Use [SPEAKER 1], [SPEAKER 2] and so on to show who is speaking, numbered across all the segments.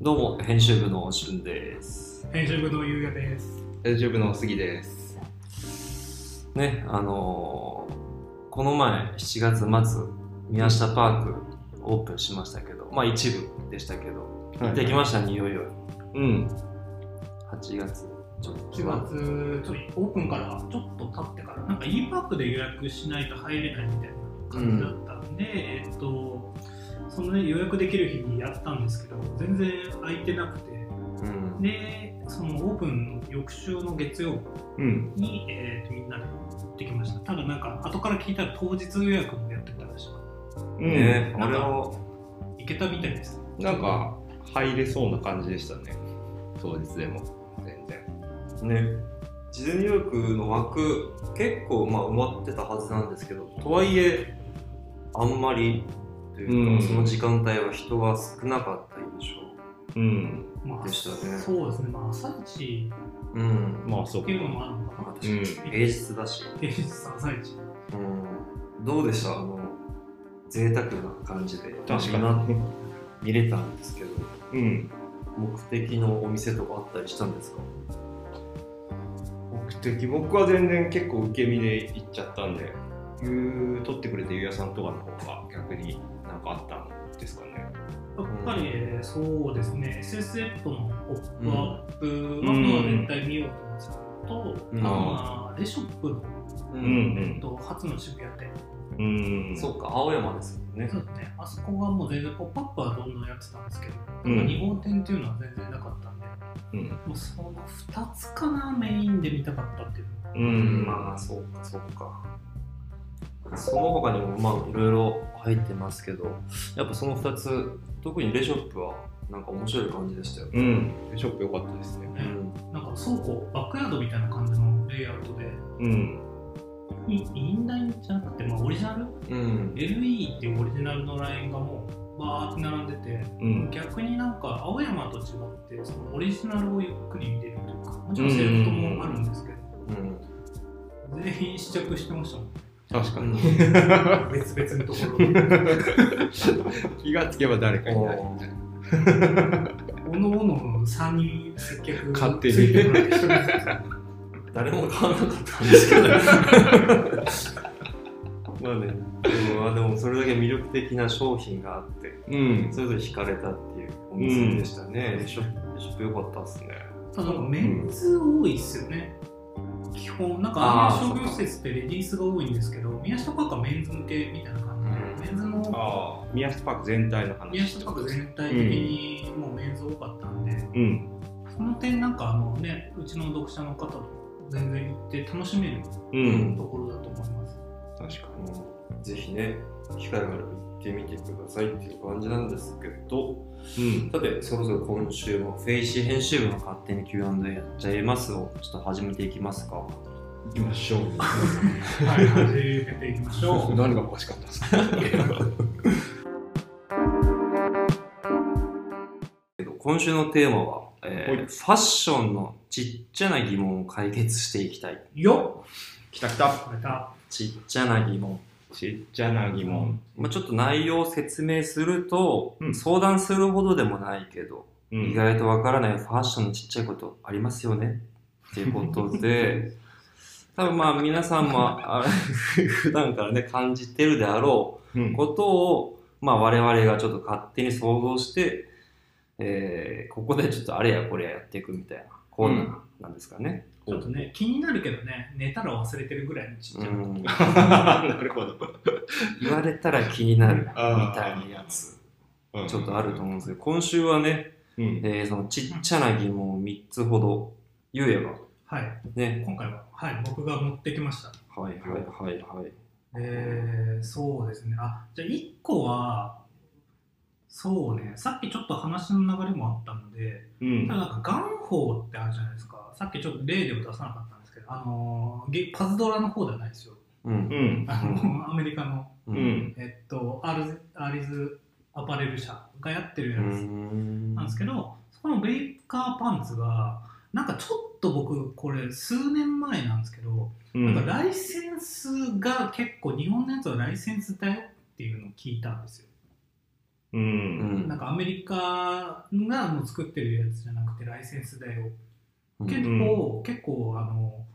[SPEAKER 1] どうも編集部のしゅんです
[SPEAKER 2] 編集部のゆうやです。
[SPEAKER 3] 大丈夫の杉です。
[SPEAKER 1] ねあのーこの前7月末宮下パークオープンしましたけどまあ一部でしたけど
[SPEAKER 3] は
[SPEAKER 1] 行ってきましたねいよいよ
[SPEAKER 3] うん。
[SPEAKER 1] 8月ちょっと
[SPEAKER 2] 4月ちょっとオープンからちょっと経ってからなんか e パークで予約しないと入れないみたいな感じだったんで、えっとその、ね、予約できる日にやったんですけど全然空いてなくて
[SPEAKER 1] うん
[SPEAKER 2] でそのオープンの翌週の月曜
[SPEAKER 3] うん。
[SPEAKER 2] 日に、えっとみんなで行ってきましたただなんか後から聞いたら当日予約もやってたらしく
[SPEAKER 3] うん。
[SPEAKER 1] ね
[SPEAKER 2] うん
[SPEAKER 1] あれを
[SPEAKER 2] 行けたみたいです
[SPEAKER 3] なんか、入れそうな感じでしたね。当日でも。全然。
[SPEAKER 1] ね事前予約の枠結構まあ埋まってたはずなんですけどとはいえあんまりというか、
[SPEAKER 3] うん
[SPEAKER 1] その時間帯は人が少なかった印
[SPEAKER 3] うん。
[SPEAKER 2] まあ
[SPEAKER 1] でしたね
[SPEAKER 2] そうですねまあ朝一
[SPEAKER 1] 象うん
[SPEAKER 3] まあ、そ
[SPEAKER 2] っ
[SPEAKER 3] こ
[SPEAKER 2] ていうのもあるのかな
[SPEAKER 1] 私、平日だし
[SPEAKER 2] 平日朝一
[SPEAKER 1] うんどうでしたあの贅沢な感じで
[SPEAKER 3] 確
[SPEAKER 1] な
[SPEAKER 3] かに。
[SPEAKER 1] 見れたんですけど
[SPEAKER 3] うん。
[SPEAKER 1] 目的のお店とかあったりしたんですか
[SPEAKER 3] 目的、僕は全然結構受け身で行っちゃったんで、ゆう取ってくれてゆうやさんとかの方が逆になんかあったんですかね。
[SPEAKER 2] やっぱり、えーそうですね、SSF のポップアップ
[SPEAKER 3] うん
[SPEAKER 2] は絶対見ようと思ってたのと、
[SPEAKER 1] うん
[SPEAKER 2] まあ、レショップの、
[SPEAKER 1] う
[SPEAKER 3] う
[SPEAKER 2] えっ
[SPEAKER 3] ん
[SPEAKER 2] と、初の渋谷店、
[SPEAKER 3] うん。うん。
[SPEAKER 1] そうか青山ですもんね
[SPEAKER 2] そうですね、あそこはもう全然ポップアップはどんどんやってたんですけど、
[SPEAKER 3] うん
[SPEAKER 2] なんか日本店っていうのは全然なかったんで、
[SPEAKER 3] うん。
[SPEAKER 2] もうその2つかな、メインで見たかったっていう。
[SPEAKER 3] う
[SPEAKER 1] うん
[SPEAKER 3] ん。
[SPEAKER 1] まあそうかそうかその他にもまあいろいろ入ってますけどやっぱその2つ特にレショップはなんか面白い感じでしたよ、
[SPEAKER 3] うん。ショップ良かったですね。
[SPEAKER 2] ねなんか倉庫、バックヤードみたいな感じのレイアウトで、
[SPEAKER 3] うん。
[SPEAKER 2] インインラインじゃなくて、まあ、オリジナル、
[SPEAKER 1] うん
[SPEAKER 2] LE っていうオリジナルのラインがもう、バーって並んでて、
[SPEAKER 3] うん。
[SPEAKER 2] 逆になんか青山と違ってそのオリジナルをゆっくり見れるというかもちろん制服ともあるんですけど、
[SPEAKER 1] うん
[SPEAKER 2] 全員試着してましたもん
[SPEAKER 3] 確かに。
[SPEAKER 2] 別々のところで
[SPEAKER 3] 気がつけば誰 かいないみたいな。
[SPEAKER 2] おのおの3人接客
[SPEAKER 3] 勝手に
[SPEAKER 2] ついてもらって一人ず
[SPEAKER 1] 誰も買わなかったんですけどまあねでもまあでもそれだけ魅力的な商品があって
[SPEAKER 3] うん。
[SPEAKER 1] それぞれ惹かれたっていうお店でしたね、レショップレショップ良かったですね
[SPEAKER 2] つただなんかメンズ多いっすよね、基本なんか
[SPEAKER 1] あー
[SPEAKER 2] あの商業施設ってレディースが多いんですけど宮下パークはメンズ向けみたいな感じで、メンズの
[SPEAKER 3] ああ、宮下パーク全体の話。
[SPEAKER 2] 宮下パーク全体的にもうメンズ多かったんで、
[SPEAKER 3] うん。
[SPEAKER 2] その点なんかあのねうちの読者の方と全然行って楽しめる
[SPEAKER 3] う
[SPEAKER 1] うん
[SPEAKER 3] ん。
[SPEAKER 2] ところだと思います。
[SPEAKER 3] 確か
[SPEAKER 1] うんぜひね機会があれば行ってみてくださいっていう感じなんですけど
[SPEAKER 3] に。うん。
[SPEAKER 1] さてそろそろ今週もフェイシー編集部の勝手に Q&A やっちゃいますをちょっと始めていきますか
[SPEAKER 3] 行きま しょう。
[SPEAKER 2] はい、始めていきましょう。
[SPEAKER 3] 何がおかしかったんですか
[SPEAKER 1] けど今週のテーマは、えー
[SPEAKER 3] はい
[SPEAKER 1] ファッションのちっちゃな疑問を解決していきた い
[SPEAKER 2] よ
[SPEAKER 3] きたき
[SPEAKER 2] っ
[SPEAKER 3] た。
[SPEAKER 2] また、
[SPEAKER 1] ちっちゃな疑問
[SPEAKER 3] ちっちゃな疑問。
[SPEAKER 1] まあ、ちょっと内容を説明すると、
[SPEAKER 3] うん
[SPEAKER 1] 相談するほどでもないけど、
[SPEAKER 3] う
[SPEAKER 1] 意。外とわからないファッションのちっちゃいことありますよねっていうこと で多分まあ皆さんもあ 普段からね感じてるであろ
[SPEAKER 3] う。
[SPEAKER 1] うんことを、まあ、我々がちょっと勝手に想像して、えーここでちょっとあれやこれややっていくみたいなコーナーなんですかね。
[SPEAKER 2] ちょ っとね、気になるけどね、寝たら忘れてるぐらいのちっちゃい。
[SPEAKER 1] うん
[SPEAKER 3] なる ほど。
[SPEAKER 1] 言われたら気になるみ
[SPEAKER 3] あ
[SPEAKER 1] た
[SPEAKER 3] ー
[SPEAKER 1] いなやつちょっとあると思うんですけど今週はね
[SPEAKER 3] うん。
[SPEAKER 1] えーそのちっちゃな疑問を3つほど、ゆうやが、
[SPEAKER 2] はい、
[SPEAKER 1] ね、
[SPEAKER 2] 今回は、はい、僕が持ってきました。
[SPEAKER 1] はいはいはいはい。
[SPEAKER 2] えー、そうですね。あ、じゃあ1個は、そうね、さっきちょっと話の流れもあったので、
[SPEAKER 3] うん
[SPEAKER 2] ただなんか、元宝ってあるじゃないですか。さっきちょっと例では出さなかったんですけど、あのーゲパズドラの方ではないですよ。
[SPEAKER 1] う。
[SPEAKER 3] うんん。
[SPEAKER 2] あの アメリカの、
[SPEAKER 1] う。
[SPEAKER 3] うんん。
[SPEAKER 2] えっと、アールズアーリズアパレル社がやって
[SPEAKER 1] う
[SPEAKER 2] るやつ
[SPEAKER 1] ん
[SPEAKER 2] なんですけど、そこのベイカーパンツが、なんかちょっと僕、これ、数年前なんですけど、
[SPEAKER 3] うん。
[SPEAKER 2] なんかライセンスが結構、日本のやつはライセンスだよっていうのを聞いたんですよ。
[SPEAKER 3] う。
[SPEAKER 1] うんん
[SPEAKER 2] なんかアメリカがもう作ってるやつじゃなくてライセンス代を
[SPEAKER 1] うん
[SPEAKER 2] 結構、結構あの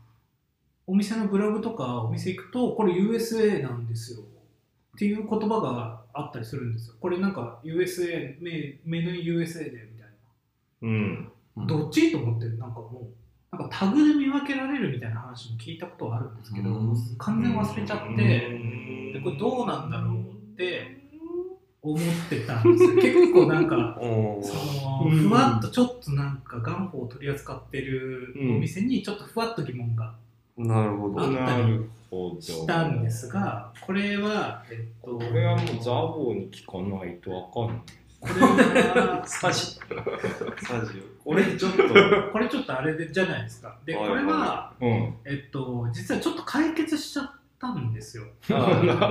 [SPEAKER 2] お店のブログとかお店行くとこれ USA なんですよっていう言葉があったりするんですよこれなんか USA メメヌ USA でみたい
[SPEAKER 3] うん。
[SPEAKER 1] う
[SPEAKER 2] なんどっちと思ってるなんかもうなんかタグで見分けられるみたいな話も聞いたことはあるんですけど、
[SPEAKER 1] うん
[SPEAKER 2] 完全忘れちゃって、でこれどうなんだろうって思ってたん ですよ結構なんか
[SPEAKER 1] お
[SPEAKER 2] そ
[SPEAKER 1] ー
[SPEAKER 2] の
[SPEAKER 3] うん
[SPEAKER 2] ふわっとちょっとなんか元宝を取り扱ってるお店にちょっとふわっと疑問が
[SPEAKER 1] なるほど。
[SPEAKER 2] あ
[SPEAKER 3] なるほど。
[SPEAKER 2] したんですがこれはえっと
[SPEAKER 3] これはもうザボーに聞かないとわかんない。
[SPEAKER 2] これは
[SPEAKER 1] サ ジ。サジ。俺ちょっと。
[SPEAKER 2] これちょっとあれでじゃないですかでこ
[SPEAKER 1] はい
[SPEAKER 2] れは
[SPEAKER 3] うん。
[SPEAKER 2] えっと実はちょっと解決しちゃったんですよ
[SPEAKER 1] あ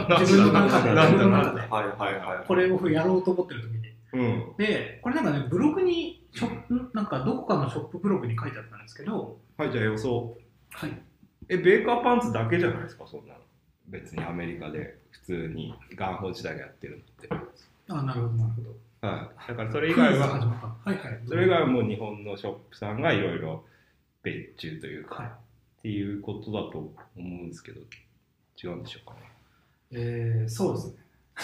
[SPEAKER 1] ー
[SPEAKER 2] 自分の
[SPEAKER 3] 中で
[SPEAKER 1] なんだ
[SPEAKER 3] 自分の
[SPEAKER 2] 中で
[SPEAKER 1] はいはいはい。
[SPEAKER 2] これをやろうと思ってる時に
[SPEAKER 3] うん。
[SPEAKER 2] でこれなんかねブログにショップなんかどこかのショップブログに書いてあったんですけど
[SPEAKER 3] はい、じゃあ予想。
[SPEAKER 2] はい
[SPEAKER 3] え、ベーカーパンツだけじゃないですか、そんなの。別にアメリカで普通にガンホ時代がやってるのって。
[SPEAKER 2] あなるほどなるほど
[SPEAKER 3] はい。だからそれ以外
[SPEAKER 2] クイズ
[SPEAKER 3] は、
[SPEAKER 2] 始まったはいはい
[SPEAKER 3] それ以外はもう日本のショップさんがいろいろ別注というか、
[SPEAKER 2] はい
[SPEAKER 3] っていうことだと思うんですけど、違うんでしょうかね。
[SPEAKER 2] えー、そうですね。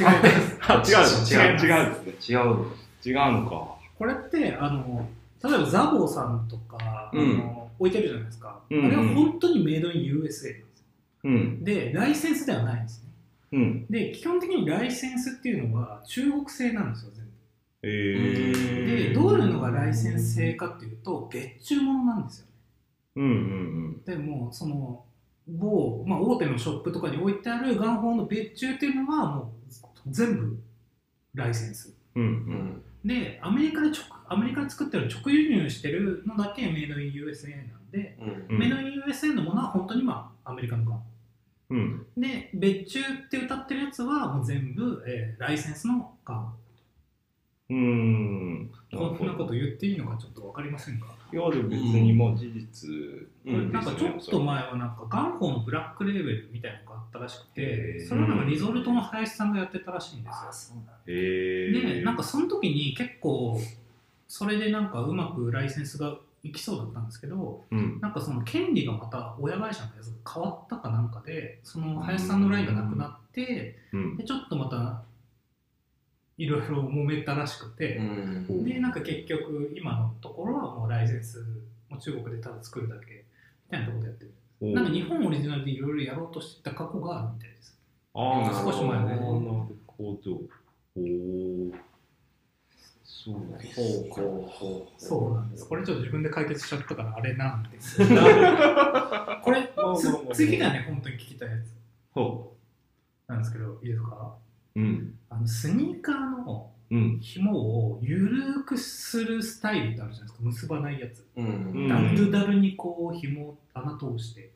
[SPEAKER 2] 違います。
[SPEAKER 3] あ、違
[SPEAKER 1] 違
[SPEAKER 3] う
[SPEAKER 1] う
[SPEAKER 3] 違う違うです
[SPEAKER 1] 違
[SPEAKER 3] ね。
[SPEAKER 1] う。
[SPEAKER 3] 違うのか。
[SPEAKER 2] これって、あの、例えばザボーさんとか、
[SPEAKER 3] うん
[SPEAKER 2] あの置いてるじゃないですか。
[SPEAKER 3] うんうん
[SPEAKER 2] あれは本当にメイドイン USA なんですよ。
[SPEAKER 3] うん。
[SPEAKER 2] で、ライセンスではないんですね。
[SPEAKER 3] うん。
[SPEAKER 2] で、基本的にライセンスっていうのは中国製なんですよ、全部。
[SPEAKER 3] え
[SPEAKER 1] ー
[SPEAKER 2] で、どういうのがライセンス製かっていうと、別注ものなんですよね。
[SPEAKER 3] うんうん
[SPEAKER 2] でもう、その、某、まあ、大手のショップとかに置いてある元宝の別注っていうのは、もう全部ライセンス。
[SPEAKER 3] うん。うん
[SPEAKER 1] う
[SPEAKER 3] うん。
[SPEAKER 1] ん。
[SPEAKER 2] でアメリカで直アメリカで作ってる直輸入してるのだけメイドイン USA なんで、
[SPEAKER 1] うん
[SPEAKER 3] うん
[SPEAKER 2] メイドイン USA のものは本当にまあアメリカのもの
[SPEAKER 3] うん。
[SPEAKER 2] で別注って歌ってるやつはもう全部、えーライセンスのか
[SPEAKER 3] うん。
[SPEAKER 2] こんなこと言っていいのかちょっと分かりませんか、
[SPEAKER 3] いや、でも別にもう事実。
[SPEAKER 1] うん
[SPEAKER 3] うん
[SPEAKER 2] なんかちょっと前はなんか元宝のブラックレーベルみたいなのがあったらしく
[SPEAKER 3] へ
[SPEAKER 2] て
[SPEAKER 3] ー
[SPEAKER 2] それをなんかリゾルトの林さんがやってたらしいんですよ
[SPEAKER 1] あ、そうなんだ。
[SPEAKER 3] えー。
[SPEAKER 2] でなんかその時に結構それでなんかうまくライセンスがいきそうだったんですけど、
[SPEAKER 3] うん。
[SPEAKER 2] なんかその権利がまた親会社のやつが変わったかなんかでその林さんのラインがなくなって
[SPEAKER 3] うん。
[SPEAKER 2] でちょっとまたいろいろ揉めたらしく
[SPEAKER 1] う
[SPEAKER 2] て、
[SPEAKER 1] ん。
[SPEAKER 2] でなんか結局今のところはもうライセンスも中国でただ作るだけみたいなところでやってる
[SPEAKER 3] お
[SPEAKER 2] なんか日本オリジナルでいろいろやろうとしてた過去があるみたいです
[SPEAKER 3] ああ、
[SPEAKER 1] 少し前ね
[SPEAKER 3] なるほど。おお。そう
[SPEAKER 1] ほうほうほう。
[SPEAKER 2] そうなんですこれちょっと自分で解決しちゃったからあれ なんですがこれ
[SPEAKER 3] まあまあまあまあ
[SPEAKER 2] つ次がね本当に聞きたいやつ
[SPEAKER 3] ほ
[SPEAKER 2] なんですけどいいですか
[SPEAKER 3] う。うん。
[SPEAKER 2] あのスニーカーの
[SPEAKER 3] うん。
[SPEAKER 2] 紐を緩くするスタイルってあるじゃないですか結ばないやつ、
[SPEAKER 1] う
[SPEAKER 3] うん
[SPEAKER 1] ん。
[SPEAKER 2] ダルダルにこう紐を穴通して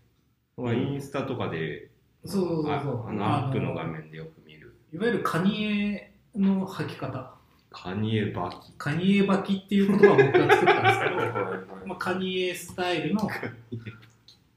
[SPEAKER 3] まあ、インスタとかで、
[SPEAKER 2] そうそうそうそう
[SPEAKER 3] ああの
[SPEAKER 2] あの
[SPEAKER 3] アップの画面でよく見る。
[SPEAKER 2] いわゆるカニエの履き方
[SPEAKER 3] カニエバキ。
[SPEAKER 2] カニエ履きっていう言葉を僕が作ったんですけ
[SPEAKER 1] はい
[SPEAKER 2] ど、
[SPEAKER 1] はい
[SPEAKER 2] まあ、カニエスタイルの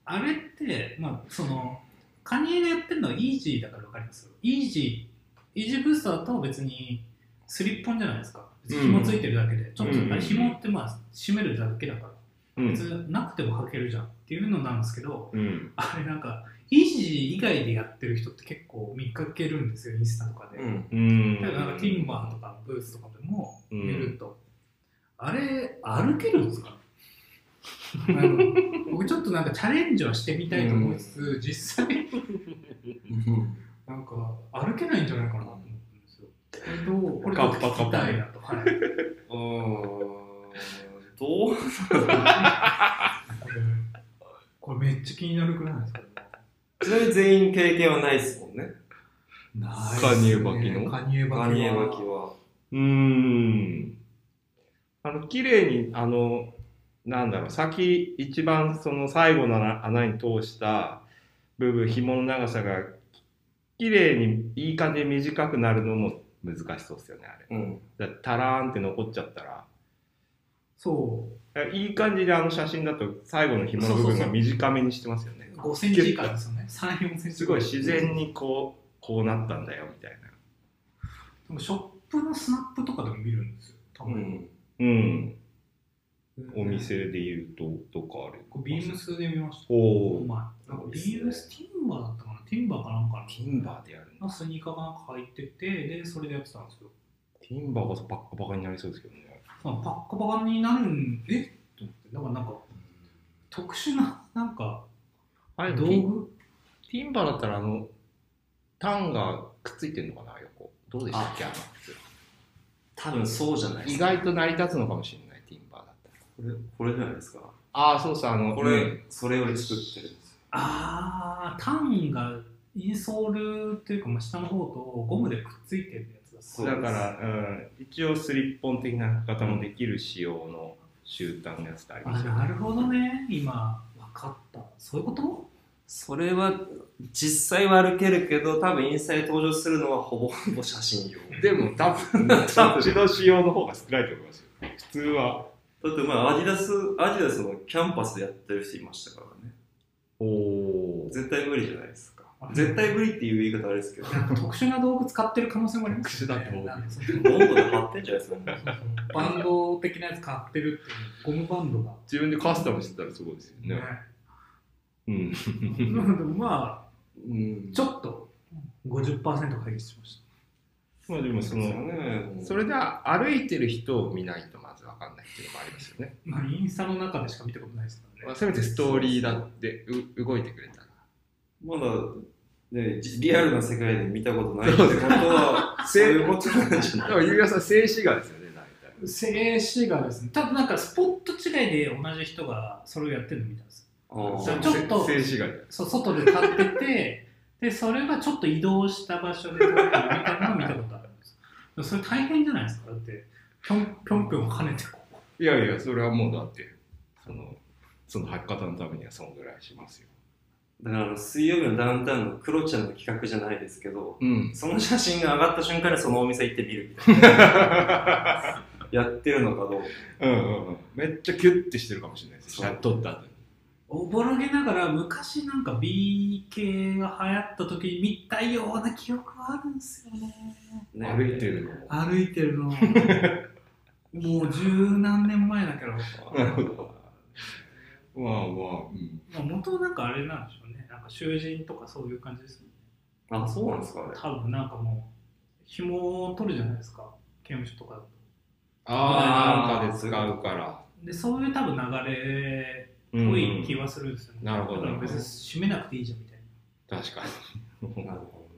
[SPEAKER 2] あれって、まあ、そのカニエがやってるのはイージーだからわかりますよイージーイージーブースターとは別にスリッポンじゃないですか別に紐ついてるだけで、ちょっとやっぱり紐ってまあ締めるだけだから
[SPEAKER 3] う
[SPEAKER 2] 別
[SPEAKER 3] ん。
[SPEAKER 2] になくても履けるじゃんっていうのなんですけど
[SPEAKER 3] うん。
[SPEAKER 2] あれなんかイージー以外でやってる人って結構見かけるんですよインスタとかで、
[SPEAKER 1] う
[SPEAKER 2] だ
[SPEAKER 1] ん。
[SPEAKER 3] うん。
[SPEAKER 2] からなんかティンバーとかブーツとかでも
[SPEAKER 3] う
[SPEAKER 2] 見る
[SPEAKER 3] ん。
[SPEAKER 2] と、あれ歩けるんですかあの僕ちょっとなんかチャレンジはしてみたいと思いつつ、実際なんか歩けないんじゃないかなと思うんですよこれどうこれどう聞きたいなと、はい、
[SPEAKER 1] うん。どう
[SPEAKER 2] これこれめっちゃ気になるくないですか
[SPEAKER 1] ちなみに全員経験はないですもんね。
[SPEAKER 2] ない
[SPEAKER 3] っすねカニエ履きの
[SPEAKER 2] カニエバ
[SPEAKER 1] ガニエ巻きは。
[SPEAKER 3] うーん。あの、綺麗に、あの、なんだろう、先、一番その最後の穴穴に通した部分、紐の長さが、綺麗にいい感じに短くなるのも難しそうですよね、あれ。
[SPEAKER 1] うん。
[SPEAKER 3] だからタラーンって残っちゃったら。
[SPEAKER 2] そ
[SPEAKER 3] いい感じであの写真だと最後の紐の部分が短めにしてますよね
[SPEAKER 2] う、。5センチ以下ですよね。3、4センチ。
[SPEAKER 3] すごい自。然にこう、こうなったんだよみたいな。
[SPEAKER 2] でもショップのスナップとかでも見るんですよ、たまに。
[SPEAKER 3] うん。
[SPEAKER 2] うん
[SPEAKER 3] お店で言うと、とかあれ。
[SPEAKER 2] こうビームスで見ました。
[SPEAKER 3] お
[SPEAKER 2] お
[SPEAKER 3] ー
[SPEAKER 2] 前、なんかビームスティンバーだったかなティンバーかなんかの
[SPEAKER 3] ティンバーでやるの
[SPEAKER 2] のスニーカーがなんか入ってて、で、それでやってたんですよ。
[SPEAKER 3] ティンバーこそバッカバカになりそうですけどね。
[SPEAKER 2] まあ、パッコパカになるん、えと思って、だからなんか、特殊な、なんか、道
[SPEAKER 3] あれ、道具
[SPEAKER 2] 具
[SPEAKER 3] ティンバーだったら、あの、タンがくっついてるのかな、横。どうでしたっけ、あの靴
[SPEAKER 1] 多分そうじゃないで
[SPEAKER 3] 意
[SPEAKER 1] すか。
[SPEAKER 3] 外と成り立つのかもしれない、ティンバーだったら。
[SPEAKER 1] これ、これじゃないですか。
[SPEAKER 3] ああ、そうそう、あの、
[SPEAKER 1] これ、
[SPEAKER 3] うん
[SPEAKER 1] それを作ってるんですよ。
[SPEAKER 2] あー、タンがインソールというか、まあ、下の方とゴムでくっついてるやつだ
[SPEAKER 1] そう
[SPEAKER 3] だ
[SPEAKER 1] です
[SPEAKER 3] から、うん、一応スリッポン的な履き方もできる仕様の習慣のやつってありま
[SPEAKER 2] あ
[SPEAKER 3] すよね。
[SPEAKER 2] なるほどね、今、分かった。そういうこと
[SPEAKER 1] それは、実際は歩けるけど、多分インスタに登場するのはほぼほぼ写真用。
[SPEAKER 3] でも多分、そっちの仕様の方が少ないと思いますよ。普通は。
[SPEAKER 1] だってまあ、アディダス、アディダスのキャンパスでやってる人いましたからね。
[SPEAKER 3] おお。
[SPEAKER 1] 絶対無理じゃないですか
[SPEAKER 2] あ。
[SPEAKER 1] 絶対無理っていう言い方あれですけど、
[SPEAKER 2] なんか特殊な道具使ってる可能性もありますよね。
[SPEAKER 3] 特殊な道具
[SPEAKER 1] ボ
[SPEAKER 2] なんかその
[SPEAKER 1] ンドで貼ってんじゃないですか、ね。
[SPEAKER 2] バンド的なやつ買ってるっていうゴムバンドが。
[SPEAKER 3] 自分でカスタムしてたらすごいですよね。うん。
[SPEAKER 2] な のでま
[SPEAKER 1] うん
[SPEAKER 2] あ、ちょっと50%回避しまし
[SPEAKER 3] まあでもその、
[SPEAKER 1] ね
[SPEAKER 3] それで歩いてる人を見ないとまずわかんないっていうのもありますよね。
[SPEAKER 2] た。まあ、インスタの中でしか見たことないですから
[SPEAKER 3] まあ、
[SPEAKER 2] ね。
[SPEAKER 3] せめてストーリーだってう動いてくれたら。
[SPEAKER 1] まだ、ね、じリアルな世界で見たことないってことは、そういうことなんじゃな
[SPEAKER 3] だ
[SPEAKER 1] い
[SPEAKER 3] から、ゆうやさん、静止画ですよね、大体。
[SPEAKER 2] 静止画ですね。ただなんかスポット違いで同じ人がそれをやってるの見たんですよ
[SPEAKER 1] あー
[SPEAKER 2] そうちょっと
[SPEAKER 3] 静止画で。
[SPEAKER 2] そう外で買ってて でそれがちょっと移動した場所で撮ってるみたいなのを見たことあるんですよそれ大変じゃないですかだってぴょんぴょんぴょん跳ねてこう
[SPEAKER 3] いやいや、それはもうだって、その、その履き方のためにはそのぐらいしますよ。
[SPEAKER 1] だからあの水曜日のダウンタウンのクロちゃんの企画じゃないですけど、
[SPEAKER 3] うん。
[SPEAKER 1] その写真が上がった瞬間にそのお店行ってみるみたい な。やってるのかどうか。
[SPEAKER 3] うんうんうん。めっちゃキュッてしてるかもしれないです。
[SPEAKER 1] そう
[SPEAKER 3] 撮った後に。
[SPEAKER 2] おぼろげながら昔なんか B 系が流行った時に見たような記憶はあるんですよね
[SPEAKER 1] ね
[SPEAKER 3] 歩いてるのも。
[SPEAKER 2] 歩いてるのもう十何年前だけど
[SPEAKER 3] なるほど。まあまあ、うん。
[SPEAKER 2] まあ元はなんかあれなんでしょうねなんか囚人とかそういう感じですよね
[SPEAKER 1] あ、そうなんですかね。
[SPEAKER 2] 多分なんかもう紐を取るじゃないですか刑務所とかだと
[SPEAKER 1] あー
[SPEAKER 3] なんかで使うから。
[SPEAKER 2] でそういう多分流れ
[SPEAKER 3] う
[SPEAKER 2] っ
[SPEAKER 3] ん
[SPEAKER 2] ぽい気はするんですよね。
[SPEAKER 3] なるほど
[SPEAKER 2] だから別に閉めなくていいじゃんみたい
[SPEAKER 3] 確かに。ほう
[SPEAKER 1] なるほ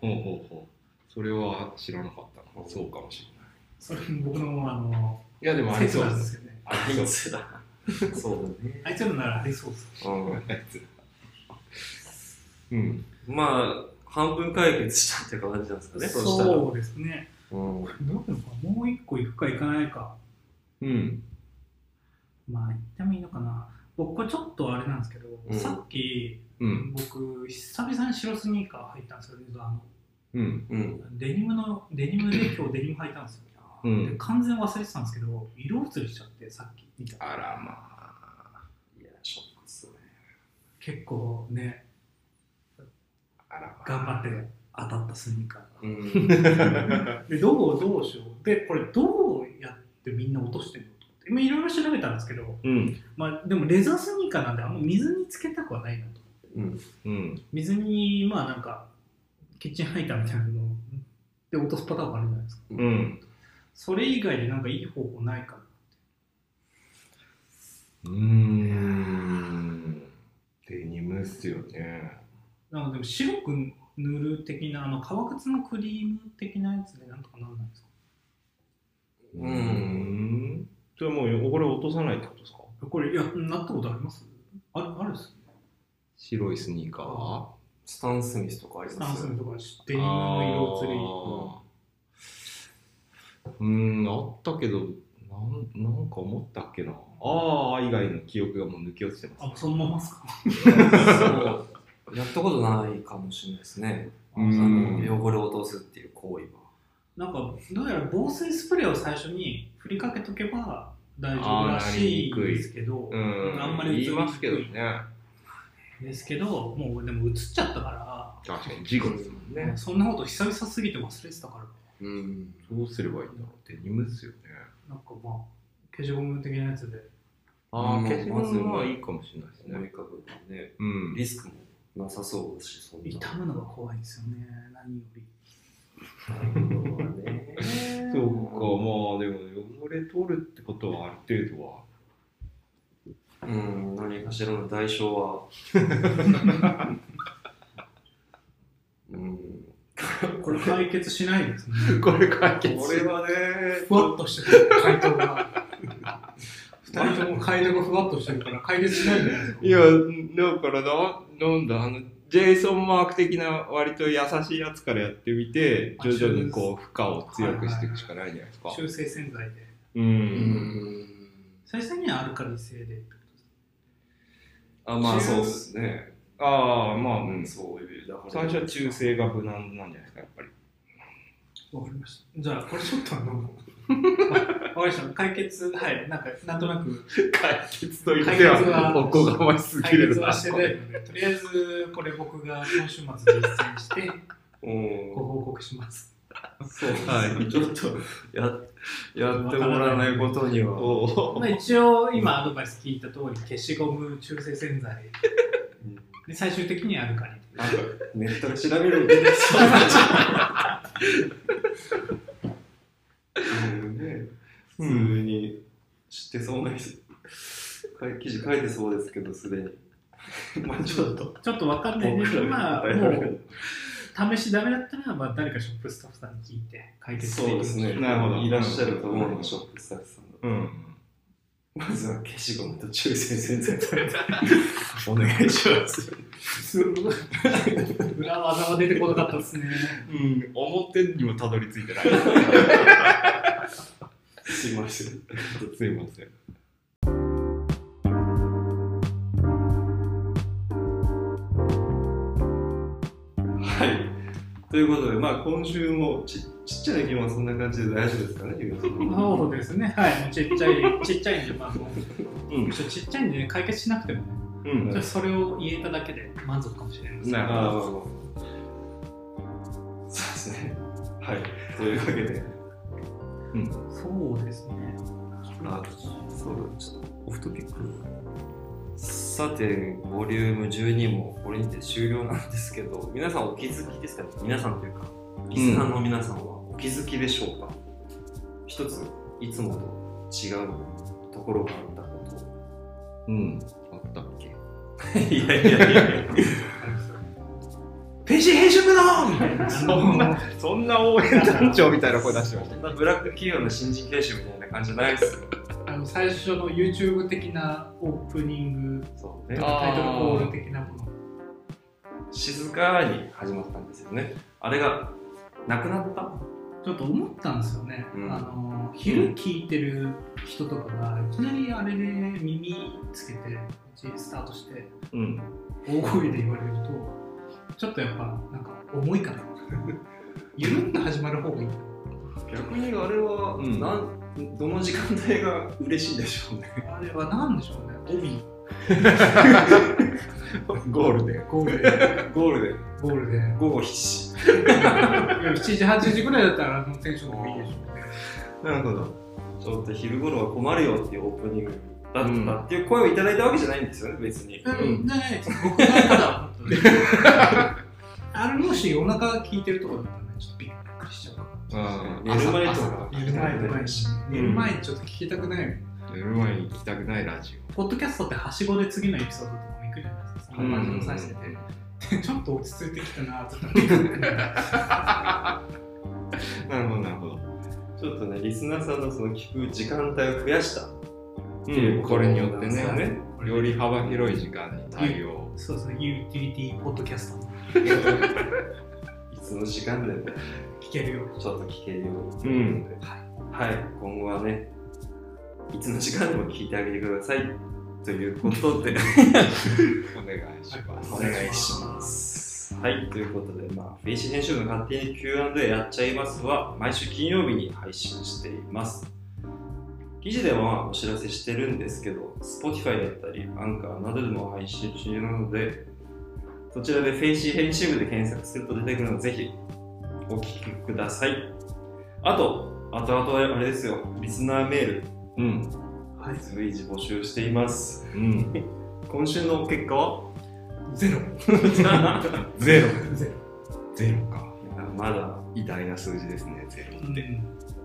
[SPEAKER 3] ほうほう。それは知らなかったな。そうかもしれない。
[SPEAKER 2] な。それも僕のあの
[SPEAKER 3] いや、でもあり
[SPEAKER 2] 説
[SPEAKER 3] そう
[SPEAKER 2] なん
[SPEAKER 3] で。
[SPEAKER 2] ですすけどね。
[SPEAKER 3] あ
[SPEAKER 1] ど。
[SPEAKER 3] り
[SPEAKER 1] あい
[SPEAKER 3] そ
[SPEAKER 1] つだ。そうだね。
[SPEAKER 2] あいつらならありそうです。
[SPEAKER 1] うん
[SPEAKER 3] う。うん。
[SPEAKER 1] まあ、半分解決したって感じなんですかね、そうしたら。
[SPEAKER 2] そうですね。
[SPEAKER 1] うん
[SPEAKER 2] どうなのかもう一個行くか行かないか。
[SPEAKER 3] うん。
[SPEAKER 2] まあ行ってもいいのかな。僕これちょっとあれなんですけど、
[SPEAKER 1] うん
[SPEAKER 2] さっき
[SPEAKER 3] うん。
[SPEAKER 2] 僕久々に白スニーカー入ったんですよね。あの
[SPEAKER 3] うん。
[SPEAKER 1] うん。
[SPEAKER 2] デニムのデニムで今日デニム履いたんですよ。
[SPEAKER 3] うん
[SPEAKER 2] で完全忘れてたんですけど、色移りしちゃってさっき見た。
[SPEAKER 3] あらまあ。
[SPEAKER 1] いや、ショックっすね。
[SPEAKER 2] 結構ね、
[SPEAKER 3] あらまあ。
[SPEAKER 2] 頑張って当たったスニーカーが。
[SPEAKER 1] うん。
[SPEAKER 2] でどうどうしようでこれどうやってみんな落としてるのと思って今いろいろ調べたんですけど、
[SPEAKER 3] うん。
[SPEAKER 2] まあ、でもレザースニーカーなんであんま水につけたくはないなと
[SPEAKER 1] うん。
[SPEAKER 3] うん。
[SPEAKER 2] 水にまあなんかキッチンハイターみたいなので落とすパターンがあるじゃないですか
[SPEAKER 3] うん。
[SPEAKER 2] それ以外でなんかいい方法ないか
[SPEAKER 3] うーん。デニムっすよね。
[SPEAKER 2] ななので白く塗る的なあの革靴のクリーム的なやつでなんとかならないですか
[SPEAKER 1] うん
[SPEAKER 3] ん。じゃあもう、これ落とさないってことですか
[SPEAKER 2] これいやなったことありますあるあるっす
[SPEAKER 3] 白いスニーカーは
[SPEAKER 1] スタン・スミスとかあり
[SPEAKER 2] スタ
[SPEAKER 1] ま
[SPEAKER 2] ン
[SPEAKER 1] す
[SPEAKER 2] ス
[SPEAKER 1] よ
[SPEAKER 2] の
[SPEAKER 1] ね。
[SPEAKER 2] とかデニムの色移り
[SPEAKER 3] り。うん、あったけど、なんなんか思ったっけな。ああ、以外の記憶がもう抜け落ちてま
[SPEAKER 2] あ
[SPEAKER 3] す。
[SPEAKER 2] そのままっすか
[SPEAKER 1] そうやったことないかもしれないですね。あ
[SPEAKER 3] うん
[SPEAKER 1] の汚れを落とすっていう行為は。
[SPEAKER 2] なんかどうやら防水スプレーを最初に振りかけとけば大丈夫らしいんですけど、
[SPEAKER 3] うん、
[SPEAKER 2] あんまり映りにく
[SPEAKER 3] 言
[SPEAKER 2] い
[SPEAKER 3] いますけどね。
[SPEAKER 2] ですけどもうでも映っちゃったか
[SPEAKER 3] 確かに事故ですもん
[SPEAKER 2] ら、
[SPEAKER 3] ね。
[SPEAKER 2] そんなこと久々すぎて忘れてたか
[SPEAKER 1] う
[SPEAKER 2] ら
[SPEAKER 1] ん。
[SPEAKER 3] どうすればいいんだろうデニムですよね
[SPEAKER 2] なんかまあ消しゴム的なやつで
[SPEAKER 3] ああ
[SPEAKER 1] うん
[SPEAKER 3] 消しゴム
[SPEAKER 1] ま
[SPEAKER 3] は
[SPEAKER 1] ず
[SPEAKER 3] いいかもしれないです
[SPEAKER 1] 思い
[SPEAKER 3] ね
[SPEAKER 1] 浮かぶからね。
[SPEAKER 3] うん
[SPEAKER 1] リスクもなさそうだし、そんな。
[SPEAKER 2] 傷むのが怖いんですよね何より
[SPEAKER 1] そうだね。
[SPEAKER 3] そうかまあでも汚れ取るってことはある程度は
[SPEAKER 1] うん、何かしらの代償は。うん、
[SPEAKER 2] これ解決しないですね
[SPEAKER 3] これ解決
[SPEAKER 1] これはね、
[SPEAKER 2] ふわっとしてる回答 が2人とも回答がふわっとしてるから解決しないんじゃないですか
[SPEAKER 3] いやだからななんだあのジェイソン・マーク的な割と優しいやつからやってみて
[SPEAKER 2] あ
[SPEAKER 3] 徐々にこう負荷を強くしていくしかないんじゃないですか、
[SPEAKER 2] 修正洗剤で
[SPEAKER 3] う
[SPEAKER 1] うんん。
[SPEAKER 2] 最初にはアルカリ性でってことです
[SPEAKER 1] あ、まあそうっすね。
[SPEAKER 3] ああまあ、うん、
[SPEAKER 1] そういう、だから。
[SPEAKER 3] 最初は中。性が無難なんじゃないですかやっぱり
[SPEAKER 2] わかりましたじゃあこれちょっとあ のわかりました解決はいなんかなんとなく
[SPEAKER 3] 解決と
[SPEAKER 2] 言っては解決は
[SPEAKER 3] おこがましすぎ
[SPEAKER 2] 解
[SPEAKER 3] る
[SPEAKER 2] 決はしてないのでとりあえずこれ僕が今週末実践して
[SPEAKER 1] うん
[SPEAKER 2] ご。報告します
[SPEAKER 1] そう
[SPEAKER 3] はい
[SPEAKER 1] ちょっと、や、やってもらわないことには。
[SPEAKER 3] お
[SPEAKER 2] まあ一応今アドバイス聞いた通り消しゴム中性洗剤
[SPEAKER 1] うん
[SPEAKER 2] で最終的にアルカリ
[SPEAKER 1] なんか、ネットで調べるの出てきそうになっちゃううんね普通に知ってそうな人、かい記事書いてそうですけど、すでに。まあちょっと。
[SPEAKER 2] ちょっとわかんないね
[SPEAKER 1] 僕ら
[SPEAKER 2] 今
[SPEAKER 1] はい
[SPEAKER 2] もう試しダメだったら、まあ、誰かショップスタッフさんに聞いて解決でき
[SPEAKER 1] そう
[SPEAKER 2] る
[SPEAKER 1] ですね。
[SPEAKER 3] なるほど
[SPEAKER 1] いらっしゃると思うの、ショップスタッフさんだと
[SPEAKER 3] うん
[SPEAKER 1] まずは消しゴムと中性洗剤食べたい。 お願いします。
[SPEAKER 2] 裏技は出てこなかったですね
[SPEAKER 3] うん、表にもたどり着いてない
[SPEAKER 1] すいません。
[SPEAKER 3] すいません
[SPEAKER 1] はい。ということで、まあ今週もちちっちゃな疑問はそんな感じで大丈夫ですかね、ゆうさん。
[SPEAKER 2] そうですねはいもうちっちゃいちっちゃいんでまあも
[SPEAKER 3] う、
[SPEAKER 2] うんちょちっちゃいんで、ね、解決しなくてもね
[SPEAKER 3] うん
[SPEAKER 2] ちょっとそれを言えただけで満足かもしれないです
[SPEAKER 3] なるほど
[SPEAKER 1] ああ、そうですね。はい。というわけで、
[SPEAKER 2] そうですね
[SPEAKER 1] あそうだ、ちょっとオフトピック。さて、ボリューム12もこれにて終了なんですけど、皆さんお気づきですかね皆さんというか、リスナーの皆さんはお気づきでしょうか、一つ、いつもと違うところがあったこ
[SPEAKER 3] うん、あったっけ
[SPEAKER 1] と。 いやいやいやいや。ページ編集部だみたいな。
[SPEAKER 3] そんな、そんな応援団長みたいな声出してまし
[SPEAKER 1] そんなブラック企業の新人研修みたいな感じじゃないですよ。
[SPEAKER 2] あの最初の YouTube 的なオープニング
[SPEAKER 1] そうね
[SPEAKER 3] あー
[SPEAKER 2] タイトルコール的なもの
[SPEAKER 1] 静かに始まったんですよね。あれがなくなった。
[SPEAKER 2] ちょっと思ったんですよね、
[SPEAKER 1] うん
[SPEAKER 2] あの昼聞いてる人とかがいきなりあれで耳つけてうちスタートして
[SPEAKER 3] た。うん。
[SPEAKER 2] 大声で言われるとちょっとやっぱなんか重いか な緩んで始まる方がいい
[SPEAKER 1] 逆にあれは、
[SPEAKER 3] うん
[SPEAKER 1] なんどの時間帯が嬉しいでしょうね。
[SPEAKER 2] あれは何でしょうね帯
[SPEAKER 3] ゴールで。
[SPEAKER 2] ゴールで
[SPEAKER 1] ゴールで
[SPEAKER 2] ゴールで
[SPEAKER 1] 午後必至。
[SPEAKER 2] 7時8時ぐらいだったらあのテンションもいいでしょうね
[SPEAKER 3] なるほど。
[SPEAKER 1] ちょっと昼頃は困るよっていうオープニングだ
[SPEAKER 3] う
[SPEAKER 1] った
[SPEAKER 3] ん
[SPEAKER 1] っていう声をいただいたわけじゃないんですよね、別に。
[SPEAKER 2] うん、じゃないです。僕がただ、本当にあれもしお腹効いてるとこだったらね、ちょっとびっくりしちゃうか
[SPEAKER 3] あ
[SPEAKER 1] 寝る前と
[SPEAKER 3] 朝
[SPEAKER 1] か。
[SPEAKER 2] ら。寝る前とかし、
[SPEAKER 3] ん
[SPEAKER 2] 寝る前ちょっと聞きたくないよ。
[SPEAKER 3] 朝寝る前に行きたくないラジ
[SPEAKER 2] ポッドキャストってはしごで次のエピソードとかも行くじゃないですか。
[SPEAKER 3] オ。
[SPEAKER 2] そんな感じの再生で。ちょっと落ち着いてきたな、ちょっとびっくりしたな。
[SPEAKER 3] なるほど、なるほど。
[SPEAKER 1] ちょっとね、リスナーさんのその聞く時間帯を増やしたっ
[SPEAKER 3] う
[SPEAKER 1] ていう
[SPEAKER 3] これによっ
[SPEAKER 1] こと
[SPEAKER 3] てね
[SPEAKER 1] なんですよ
[SPEAKER 3] より幅広い時間に対 応。
[SPEAKER 2] そうですね、ユーティリティポッドキャストも
[SPEAKER 1] いつの時間でも
[SPEAKER 2] 聞けるように。
[SPEAKER 1] ちょっと聞けるようにと
[SPEAKER 3] う
[SPEAKER 1] いうこと
[SPEAKER 3] ん
[SPEAKER 1] で、はい、今後はね、いつの時間でも聞いてあげてくださいということで、
[SPEAKER 3] お願いします。
[SPEAKER 1] お願いします。はい、ということで、まあ、フェイシー編集部の勝手に Q&A やっちゃいますは、毎週金曜日に配信しています。記事ではまあお知らせしてるんですけど、Spotify だったり、アンカーなどでも配信中なので、そちらでフェイシー編集部で検索すると出てくるので、ぜひお聞きください。あと、あとあとあれですよ、リスナーメール、
[SPEAKER 3] うん。
[SPEAKER 2] はい
[SPEAKER 1] 随時募集しています。
[SPEAKER 3] うん。
[SPEAKER 1] 今週の結果は
[SPEAKER 2] ゼロ
[SPEAKER 3] ゼロ。
[SPEAKER 2] ゼ
[SPEAKER 3] ゼロか。
[SPEAKER 1] いやまだ
[SPEAKER 3] 偉大な数字ですね、ゼロ。
[SPEAKER 2] ロで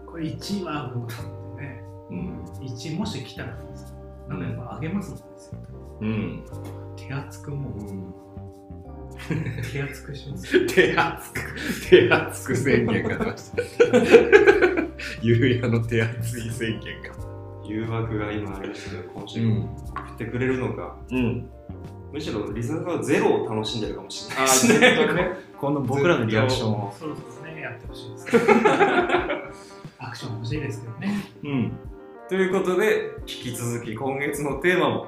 [SPEAKER 2] これ1はもうね
[SPEAKER 3] うん。
[SPEAKER 2] 1もし来たらなんかやっぱ上げますもんね
[SPEAKER 3] うん。
[SPEAKER 2] 手厚くもう手厚くします
[SPEAKER 3] 手厚く、手厚く宣言が出ま した。ゆうやの手厚い宣言が。
[SPEAKER 1] 誘惑が今ありますけど、今
[SPEAKER 3] う
[SPEAKER 1] 週
[SPEAKER 3] ん。
[SPEAKER 1] 送ってくれるのか、
[SPEAKER 3] うん。
[SPEAKER 1] むしろリスナーさんはゼロを楽しんでるかもしれない
[SPEAKER 3] あ
[SPEAKER 1] です ね。
[SPEAKER 4] この僕らのリアクションを。
[SPEAKER 2] そうですねやってほしいですアクション欲しいですけどね
[SPEAKER 3] うん。
[SPEAKER 1] ということで、引き続き今月のテーマも、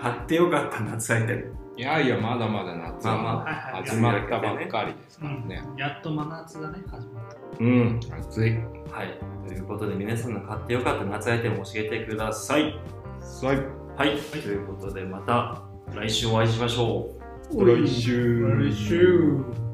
[SPEAKER 1] 買ってよかった夏アイテム。
[SPEAKER 3] いやいや、まだまだ夏は
[SPEAKER 1] まあまあ
[SPEAKER 2] はいはい
[SPEAKER 3] 始まったばっかりですからね。
[SPEAKER 2] やっと真夏がね始まった
[SPEAKER 3] うん。暑い。
[SPEAKER 1] はい。ということで、皆さんの買ってよかった夏アイテムを教えてください。
[SPEAKER 3] はい。
[SPEAKER 1] はい。ということで、また来週お会いしましょう。
[SPEAKER 3] 来週。
[SPEAKER 2] 来週